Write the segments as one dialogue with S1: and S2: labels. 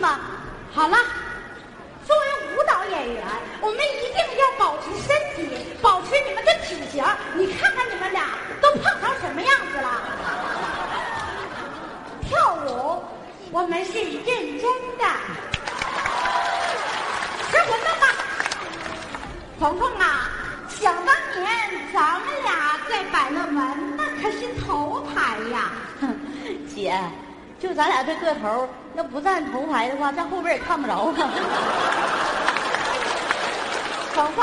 S1: 吗？好了，作为舞蹈演员，我们一定要保持身体，保持你们的体型。你看看你们俩都胖成什么样子了？跳舞，我们是认真的。吃馄饨吧，彤彤啊！想当年咱们俩在百乐门，那可是头牌呀。
S2: 姐，就咱俩这个头儿，要不站头排的话，站后边也看不着啊。
S1: 彤彤，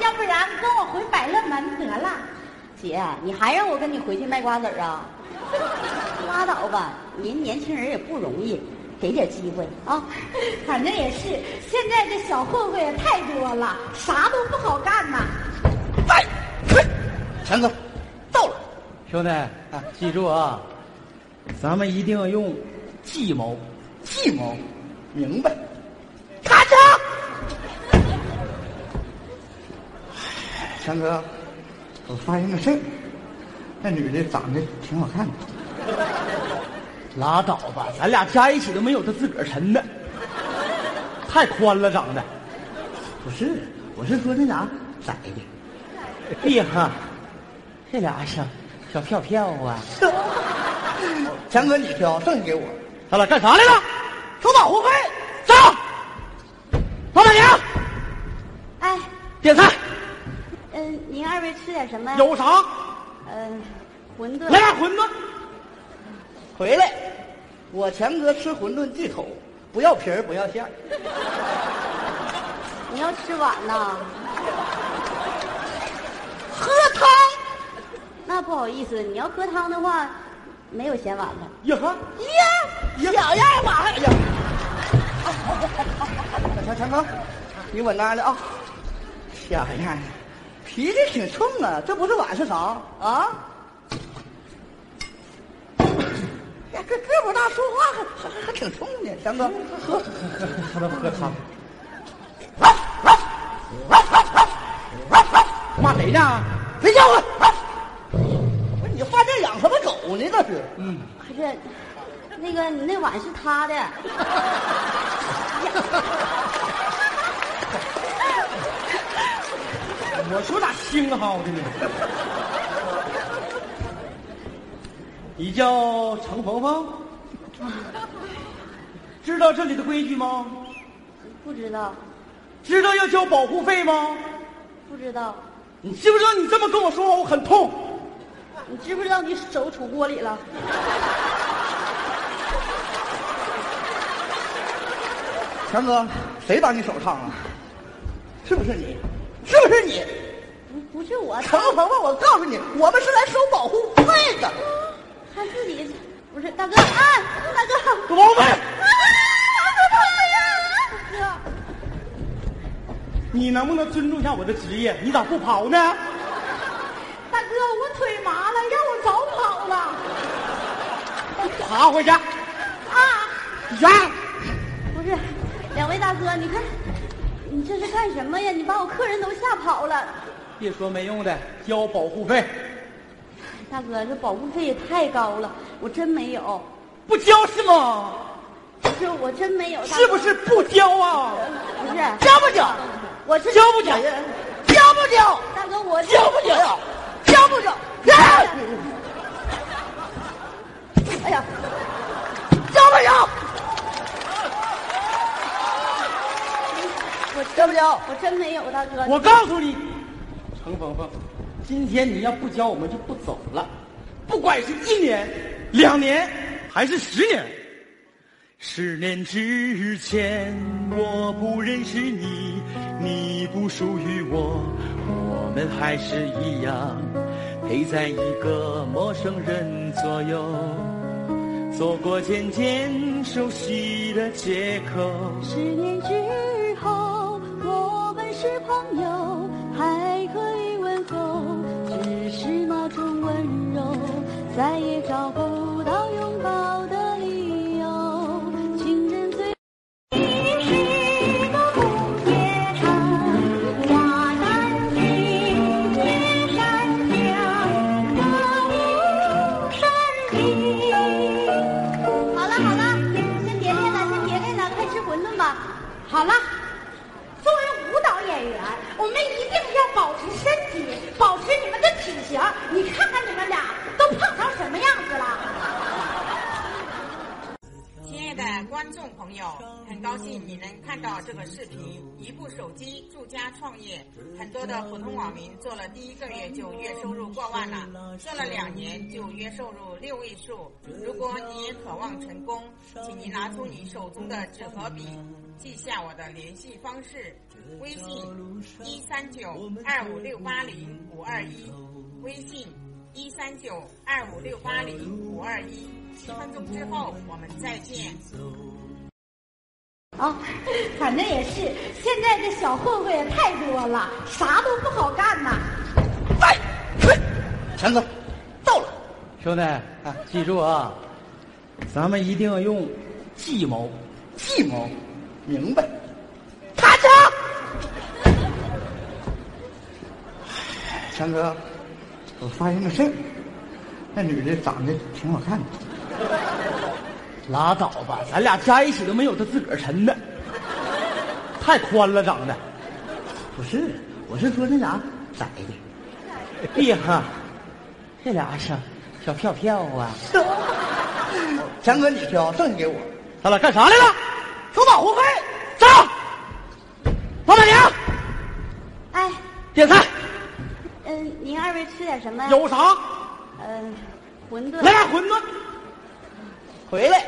S1: 要不然跟我回百乐门得了。
S2: 姐，你还让我跟你回去卖瓜子儿啊？拉倒吧，人年轻人也不容易，给点机会啊。
S1: 反正也是，现在这小混混也太多了，啥都不好干呐。
S3: 哎，嘿强哥，到了，
S4: 兄弟，记住啊，咱们一定要用计谋。
S3: 计谋，明白。咔嚓，强
S4: 啊
S3: 哥，我发现个事儿，那女的长得挺好看的。
S4: 拉倒吧，咱俩加一起都没有他自个儿沉的，太宽了长得，
S3: 不是，我是说那啥窄的。
S4: 厉害。哎这俩小小票票啊，
S3: 强哥，你挑，剩下给我。
S4: 咱俩干啥来了？手打胡飞，走！老板娘，
S2: 哎，
S4: 啊点菜，
S2: 嗯、您二位吃点什么呀？
S4: 有啥？
S2: 嗯、馄饨。
S4: 来俩馄饨。
S3: 回来，我强哥吃馄饨忌口，不要皮儿，不要馅儿。
S2: 你要吃碗呐？
S3: 喝汤，
S2: 那不好意思，你要喝汤的话，没有嫌碗了。
S4: 呀呵，
S3: 呀，小样儿吧！哎呀，强强哥，你稳当的啊！哎小样儿，脾气挺冲啊，这不是碗是啥啊？呀，个个不大，说话还还还挺冲呢，强哥，喝。
S4: 还能喝 汤？骂谁呢？
S3: 别叫唤！不是你花店养什么狗呢？这是。
S4: 嗯，
S2: 不是，那个你那碗是他的，
S4: 我说咋兴薅的呢？你叫程鹏鹏，知道这里的规矩吗？
S2: 不知道，
S4: 知道要交保护费吗？
S2: 不知道。
S4: 你知不知道你这么跟我说话我很痛？
S2: 你知不知道你手杵锅里了？
S3: 强哥，谁把你手烫了？是不是你？是不是你？
S2: 不，不是我，
S3: 程鹏鹏，我告诉你，我们是来收保护费的。
S2: 他啊自己不是大哥，哎，大哥，
S4: 狗王八，
S2: 啊，好可怕呀！
S4: 你能不能尊重一下我的职业？你咋不跑呢？
S1: 大哥，我腿麻了，让我早跑了。
S4: 爬回去！
S2: 啊，
S4: 呀，
S2: 不是，两位大哥，你看，你这是干什么呀？你把我客人都吓跑了。
S4: 别说没用的，交保护费，
S2: 大哥，这保护费也太高了，我真没有，
S4: 不交是吗？
S2: 不是我真没有，大哥
S4: 是不？是不交啊？
S2: 不是，
S3: 交不交？
S2: 我是
S4: 交不交？
S3: 交不交？
S2: 大哥，我是
S3: 哎交不交？交不交？哎呀，
S2: 哎呀，
S3: 交不交？
S2: 我
S3: 交不交？
S2: 我真没有，大哥。
S4: 我告诉你，程鹏鹏，今天你要不交，我们就不走了。不管是一年、两年，还是十年。十年之前，我不认识你，你不属于我，我们还是一样，陪在一个陌生人左右，走过渐渐熟悉的街口。
S2: 十年之后，我们是朋友，还可以问候，只是那种温柔再也找不到拥抱的理由。情人最。你是个红叶蝉，花淡尽，夜山下，歌舞升平。好了好了，先别练了，先别练了，快吃馄
S1: 好了，作为舞蹈演员，我们一定要保持身体，保持你们的体型。你看看你们俩都胖成什么样子了？
S5: 亲爱的观众朋友，很高兴你能看到这个视频。一部手机住家创业，很多的普通网民做了第一个月就月收入过万了，做了两年就月收入六位数。如果你也渴望成功，请您拿出你手中的纸和笔，记下我的联系方式：微信一三九二五六八零五二一，微信一三九二五六八零五二一。七分钟之后我们再见。
S1: 啊，反正也是，现在这小混混也太多了，啥都不好干呐。
S3: 哎，嘿，强哥，到了。
S4: 兄弟，记住啊，咱们一定要用计谋。
S3: 计谋，明白。爬墙。强哥，我发现个事儿，那女的长得挺好看的。
S4: 拉倒吧，咱俩加一起都没有他自个儿沉的，太宽了长得，
S3: 不是，我是说那 啥窄的。
S4: 厉害，这俩小小票票啊，
S3: 强哥，你挑，剩下给我。
S4: 咱俩干啥来了？收保护费，走，老板娘
S2: 哎，
S4: 点菜，
S2: 嗯、您二位吃点什么呀？
S4: 有啥
S2: 嗯、馄
S4: 来
S2: 饨。
S4: 俩馄饨，
S3: 回来，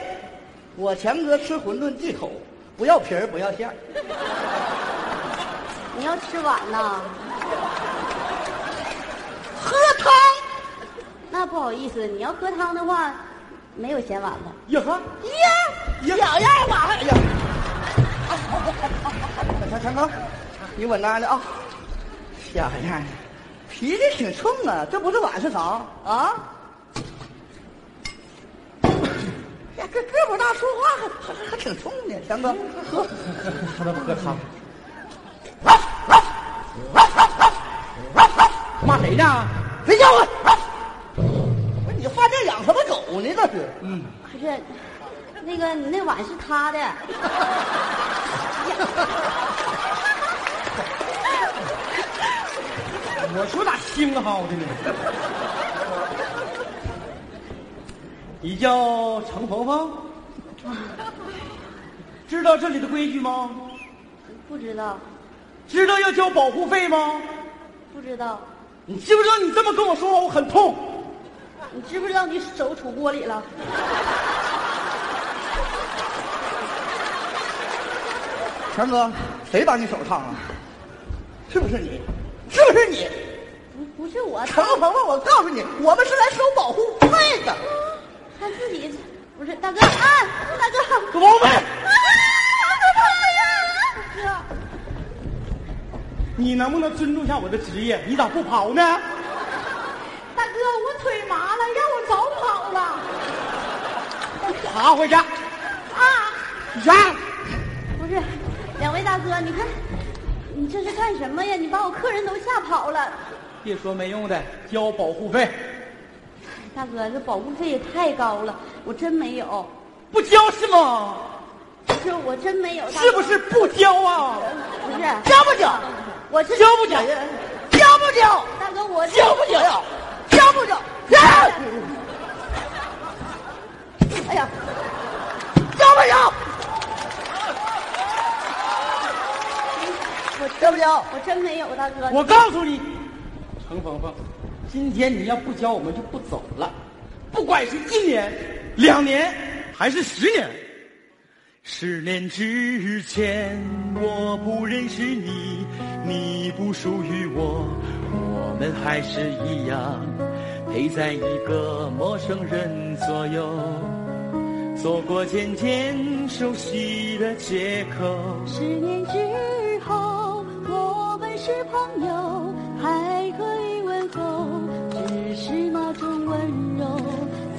S3: 我强哥吃馄饨忌口，不要皮儿，不要馅儿。
S2: 你要吃碗呐？
S3: 喝汤。
S2: 那不好意思，你要喝汤的话，没有咸碗了。
S4: 呀呵，
S3: 呀，有样吧？哎呀，强强哥，你稳当的啊！小样，脾气挺冲啊，这不是碗是啥啊？呀，个个不大，说话还还还挺冲呢，强哥，喝。
S4: 他都喝汤，骂谁呢？
S3: 谁叫我？不是你饭店养什么狗呢？这是？
S4: 嗯，
S2: 不是，那个你那碗是他的，
S4: 我说咋兴薅的呢？你叫程鹏鹏，知道这里的规矩吗？
S2: 不知道，
S4: 知道要交保护费吗？
S2: 不知道，
S4: 你知不知道你这么跟我说话我很痛？
S2: 你知不知道你手杵锅里了？
S3: 强哥，谁把你手烫了？是不是你？是不是你？
S2: 不，不是我，
S3: 程鹏鹏，我告诉你，我们是来收保护费的。
S2: 他自己不是大哥啊，大哥，
S4: 狗毛病！
S3: 哎
S2: 大哥，
S4: 你能不能尊重一下我的职业？你咋不跑呢？
S1: 大哥，我腿麻了，让我早跑了。
S4: 爬回去！
S1: 啊，
S4: 呀，
S2: 不是，两位大哥，你看，你这是干什么呀？你把我客人都吓跑了，
S4: 别说没用的，交保护费，
S2: 大哥，这保护费也太高了，我真没有，
S4: 不交是吗？
S2: 不是我真没有，大哥
S4: 是不？是不交啊？
S2: 不是，
S3: 交不交？
S2: 我是
S4: 交不交？
S3: 哎交不交？
S2: 大哥，我是
S3: 交不交？交不交？呀！哎呀，交不交？我交不交？
S2: 我真没有，大哥。
S4: 我告诉你，程鹏鹏，今天你要不交，我们就不走了。不管是一年、两年，还是十年。十年之前，我不认识你，你不属于我，我们还是一样，陪在一个陌生人左右，走过渐渐熟悉的街口。
S2: 十年之后，我们是朋友，还可以问候，只是那种温柔，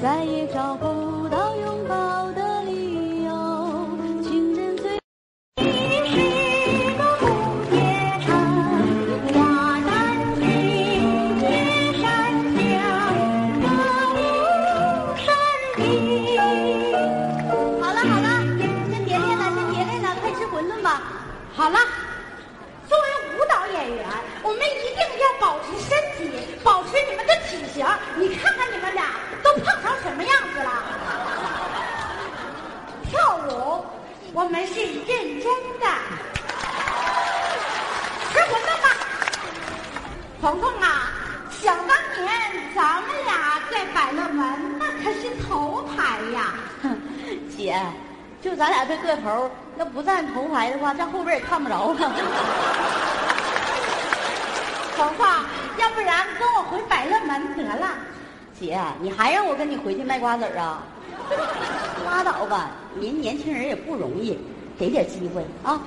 S2: 再也找不到拥抱的理由。情人最。
S1: 好了好了，先别练了，先别练了，快吃馄饨吧。好了，作为舞蹈演员，我们一定要保持身体，保持你们的体型。你看看你们俩都胖成什么样子了？跳舞，我们是认真的。吃馄饨吧，彤彤啊！想当年咱们俩在百乐门那可是头牌呀。
S2: 哼 姐，就咱俩这个头儿，要不站头排的话，站后边也看 不着了。
S1: 彤彤，要不然跟我回百乐门得了。
S2: 姐，你还让我跟你回去卖瓜子儿啊？拉倒吧，您年轻人也不容易，给点机会啊！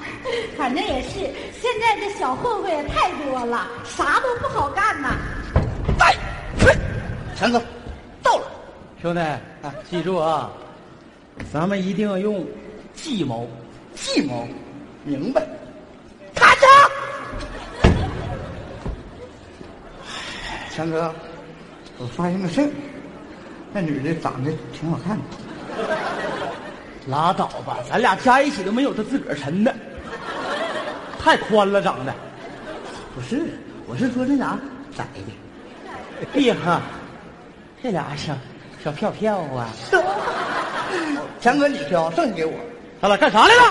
S1: 反正也是，现在这小混混也太多了，啥都不好干呐。
S3: 在，嘿全走，到了。
S4: 兄弟，记住啊，咱们一定要用计谋。
S3: 计谋，明白。咔嚓！哎强哥，我发现个事儿，那女的长得挺好看的。
S4: 拉倒吧，咱俩加一起都没有他自个儿沉的，太宽了长得，
S3: 不是，我是说那啥窄的。
S4: 哎呀，这俩小小票票啊，
S3: 强哥，你挑，剩下给我。
S4: 咱俩干啥来了？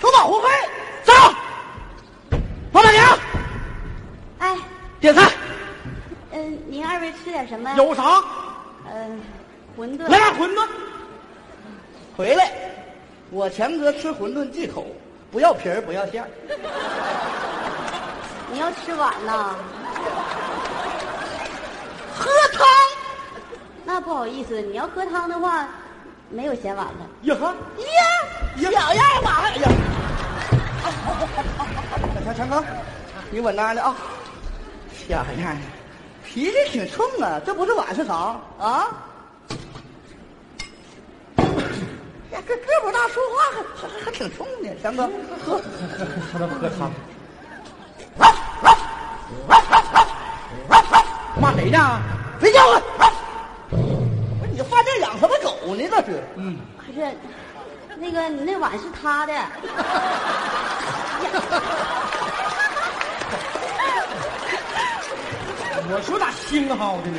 S3: 收保护费，
S4: 走，王大娘
S2: 哎，
S4: 点
S3: 啊
S4: 菜，
S2: 嗯、您二位吃点什么呀？
S4: 有啥
S3: 啊
S2: 嗯、馄饨。
S4: 来俩馄饨，
S3: 回来。我强哥吃馄饨忌口，不要皮儿，不要馅儿。
S2: 你要吃碗呐？
S3: 喝汤。
S2: 那不好意思，你要喝汤的话，没有嫌碗了。
S4: 呀呵，
S3: 呀，小样吧！哎呀，哎强强哥，你稳当的啊！呀呀，脾气挺冲啊，这不是碗是啥啊？哎呀，个个不大，说话还还还挺冲的，强哥，喝。
S4: 他能喝汤。骂谁呢？
S3: 啊别叫唤！不是你饭店养什么狗呢？这是
S4: 嗯，
S2: 不是，那个你那碗是他的，
S4: 我说咋兴好的呢？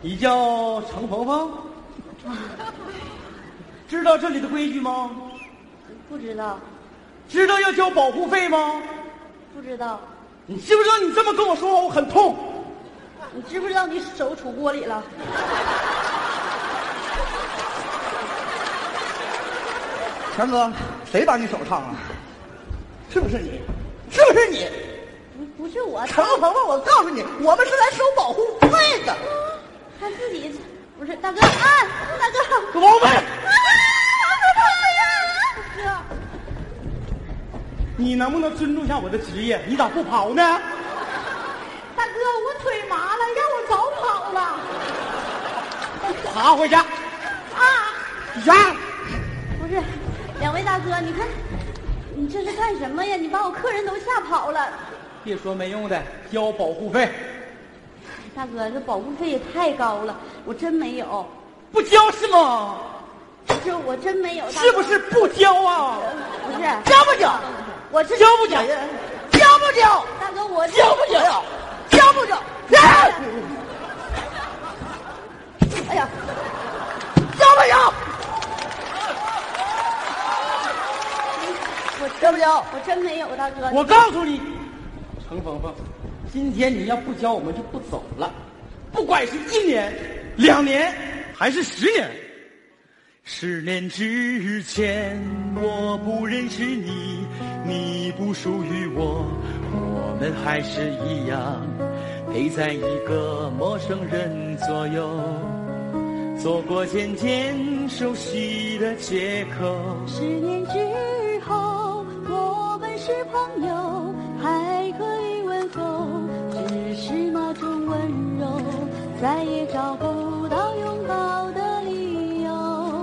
S4: 你叫程鹏鹏，知道这里的规矩吗？
S2: 不知道，
S4: 知道要交保护费吗？
S2: 不知道，
S4: 你知不知道你这么跟我说话我很痛？
S2: 你知不知道你手杵锅里了？
S3: 强哥，谁把你手烫了？是不是你？是不是你？
S2: 不不是我，
S3: 程鹏鹏，我告诉你，我们是来收保护费的。
S2: 啊他自己不是大哥啊，大哥，
S4: 有毛病！
S3: 哎
S2: 啊大哥，
S4: 你能不能尊重一下我的职业？你咋不跑呢？
S1: 大哥，我腿麻了，让我早跑了。
S4: 爬回去！
S1: 啊，
S4: 呀，
S2: 不是，两位大哥，你看你这是干什么呀？你把我客人都吓跑了，
S4: 别说没用的，交保护费，
S2: 大哥，这保护费也太高了，我真没有，
S4: 不交是吗？
S2: 不是我真没有，大哥
S4: 是不？是不交啊？
S2: 不是，
S3: 交不交？
S2: 我这
S4: 交不交？
S3: 交不交？
S2: 大哥，我这
S3: 交不交？交不交？哎
S2: 哎呀。
S3: 交不交？
S2: 我
S3: 交不交？
S2: 我真没有，大哥。
S4: 我告诉你，程鹏鹏，今天你要不交，我们就不走了。不管是一年、两年，还是十年，十年之前我不认识你，你不属于我，我们还是一样陪在一个陌生人左右，走过渐渐熟悉的街口。
S2: 十年之后，我们是朋友，还可以问候，只是那种温柔，再也找不